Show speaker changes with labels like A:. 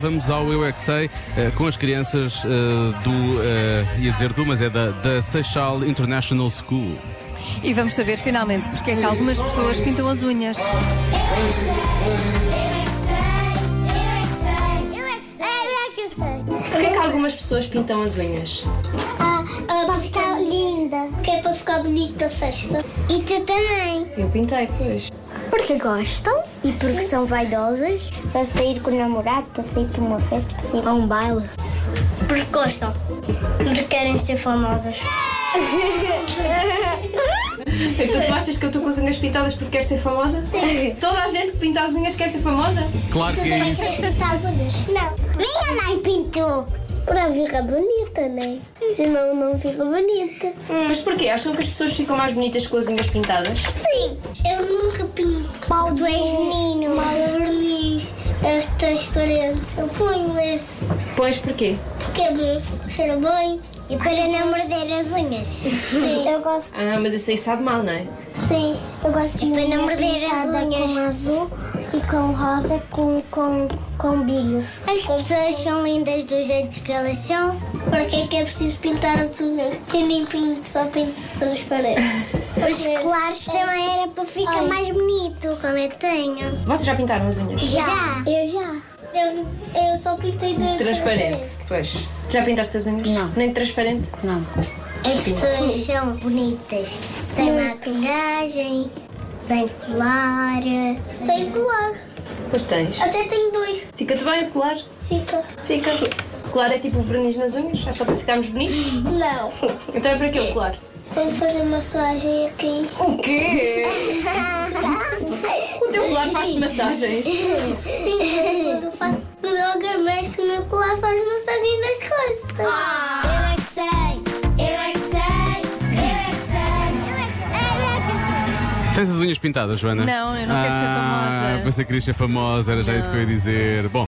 A: Vamos ao Eu é que Sei, eh, com as crianças eh, do, eh, ia dizer do, mas é da, da Seixal International School.
B: E vamos saber finalmente porque é que algumas pessoas pintam as unhas.
C: Porquê é que algumas pessoas pintam as unhas?
D: Ah, ah, para ficar linda, que é para ficar bonita a festa. E tu também.
C: Eu pintei, pois.
D: Porque gostam e porque são vaidosas. Para sair com o namorado, para sair para uma festa, para sair a um baile. Porque gostam. Porque querem ser famosas.
C: Então tu achas que eu estou com as unhas pintadas porque queres ser famosa?
D: Sim.
C: Toda a gente que pinta as unhas quer ser famosa?
A: Claro que é isso.
D: pintar as unhas? Não. Minha mãe pintou. Para ficar bonita, né? Senão não fica bonita.
C: Mas porquê? Acham que as pessoas ficam mais bonitas com as unhas pintadas?
D: Sim, eu nunca pinto. Mal do esnino. Mal verniz. É transparente. Eu ponho esse.
C: Pois porquê?
D: Porque é bom, cheira bem. E para não morder as unhas. Sim, eu gosto.
C: Ah, mas isso aí sabe mal, não é?
D: Sim, eu gosto de para não morder as unhas. com azul e com rosa, com, com, com bilhos. As pessoas são lindas do jeito que elas são. Porque é que é preciso pintar as unhas? Tem nem pinto, só pinto transparente. Os colares também era para ficar mais bonito, como eu tenho.
C: Vocês já pintaram as unhas?
D: Já. Eu já. Eu, eu só pintei de
C: Transparente, pois. Já pintaste as unhas? Não. Nem de transparente?
D: As pessoas são bonitas, sem maquilhagem, sem colar. Sem colar.
C: Pois tens.
D: Até tenho dois.
C: Fica-te bem o colar?
D: Fica.
C: Fica. O colar é tipo o verniz nas unhas? É só para ficarmos bonitos?
D: Não.
C: Então é para quê o colar?
D: Vamos fazer massagem aqui.
C: O quê? O teu colar faz massagens?
D: Sim, quando eu faço. Quando eu agradeço, o meu colar faz massagem nas costas. Eu é que sei. Eu é que sei. Eu é que sei. Eu é que sei.
A: Tens as unhas pintadas, Joana?
B: Não, eu não quero ser
A: Ah,
B: famosa.
A: Pensei que querias ser famosa, era já isso que eu ia dizer. Bom.